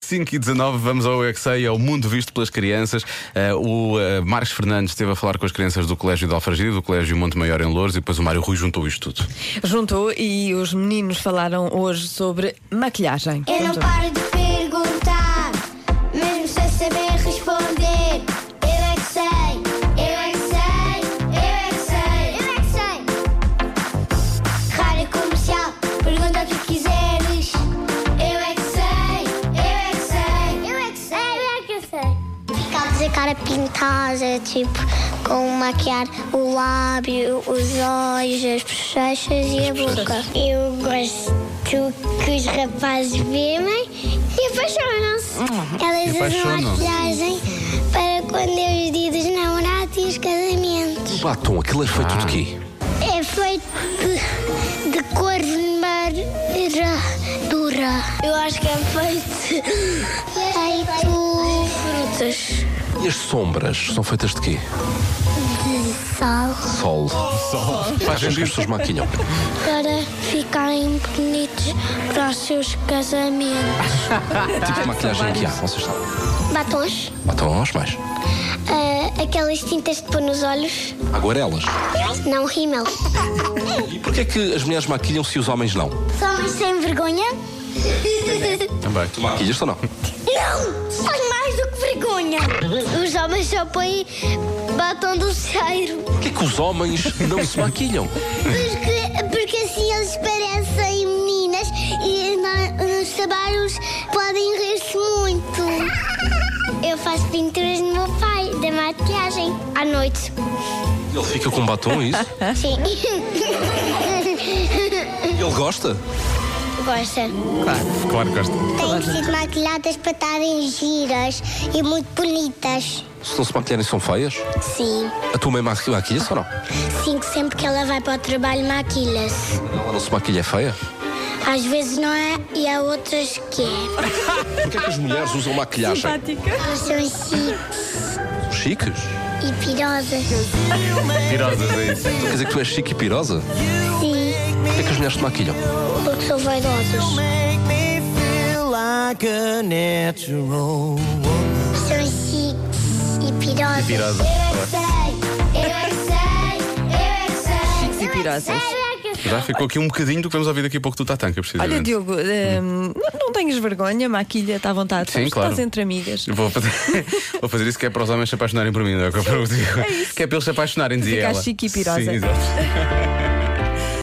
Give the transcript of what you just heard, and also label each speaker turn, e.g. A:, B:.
A: 5 e 19, vamos ao UXA, ao mundo visto pelas crianças. Eh, o eh, Marcos Fernandes esteve a falar com as crianças do Colégio de Alfragide, do Colégio Monte Maior em Louros, e depois o Mário Rui juntou isto tudo.
B: Juntou e os meninos falaram hoje sobre maquilhagem.
C: Eu não paro de perguntar, mesmo sem saber responder. Eu é que sei, eu é que sei, eu é que sei, eu é que sei. Rádio é comercial, pergunta o que quiseres. Eu é que sei, eu é que sei, eu é que sei, eu é que sei. Ficámos a cara pintada, tipo, com maquiar o lábio, os olhos, as bochechas e a boca. Eu gosto. Que os rapazes vêem e apaixonam-se. Elas usam
A: apaixonam-se.
C: maquiagem para quando é os dias dos namorados e os casamentos.
D: Batom, aquilo é feito de quê?
C: É feito de, de cor vermelha dura. Eu acho que é feito. feito. frutas.
D: E as sombras são feitas de quê?
C: De sal.
D: Sol. Sol. Faz as pessoas Tipo maquilham.
C: Para ficarem bonitos para os seus casamentos.
D: Tipo de maquilhagem que há, vocês sabem. Ah,
C: Batons. eh,
D: Batons, mais.
C: aquelas tintas de pôr nos olhos.
D: Aguarelas.
C: Não rímel.
D: é E porquê é que as mulheres maquilham se os homens não?
C: Somos sem vergonha?
A: Também.
D: Maquilhas ou não?
C: Não! Tenho mais do que vergonha! Os homens só põem batom do cheiro.
D: Porquê é que os homens não se maquilham?
C: Porque, porque assim eles parecem meninas e na- nos trabalhos podem rir-se muito. Eu faço pinturas no meu pai, da maquiagem, à noite.
D: Ele fica com batom, é isso?
C: Sim.
D: Ele gosta?
C: Gosta.
A: Claro que gosto.
C: Têm que ser maquilhadas para estarem giras e muito bonitas.
D: Se não se maquilharem, são feias?
C: Sim.
D: A tua mãe maqui- maquilha-se ou não?
C: Sim, que sempre que ela vai para o trabalho maquilha-se.
D: Ela não se maquilha, é feia?
C: Às vezes não é e há outras que é.
D: Porquê é que as mulheres usam maquilhagem?
B: Simpática.
C: Elas são chiques
D: São chiques?
C: e pirosas.
A: Tirosas, é isso.
D: Quer dizer que tu és chique e pirosa?
C: Sim,
D: Porquê é que as mulheres te maquilham?
C: porque são vaidosas.
E: make me feel like a natural.
C: São chiques e pirosas.
A: pirosas,
C: Eu é que sei, eu é que sei, eu é que sei.
B: Chiques e
C: eu é que
B: pirosas.
C: sei, eu é que sei.
A: Já ficou aqui um bocadinho do que vamos ouvir daqui a pouco do Tatanka, precisamente.
B: Olha, Diogo, eh, não, não tenhas vergonha, maquilha, está à vontade.
A: Sim,
B: Sabes que
A: claro.
B: Estás entre amigas.
A: Eu Vou fazer, vou fazer isso que é para os homens se apaixonarem por mim, não é o que eu digo. Que é para eles se apaixonarem, dizia
B: Ficar
A: ela.
B: chique e pirosa.
A: Sim, exato.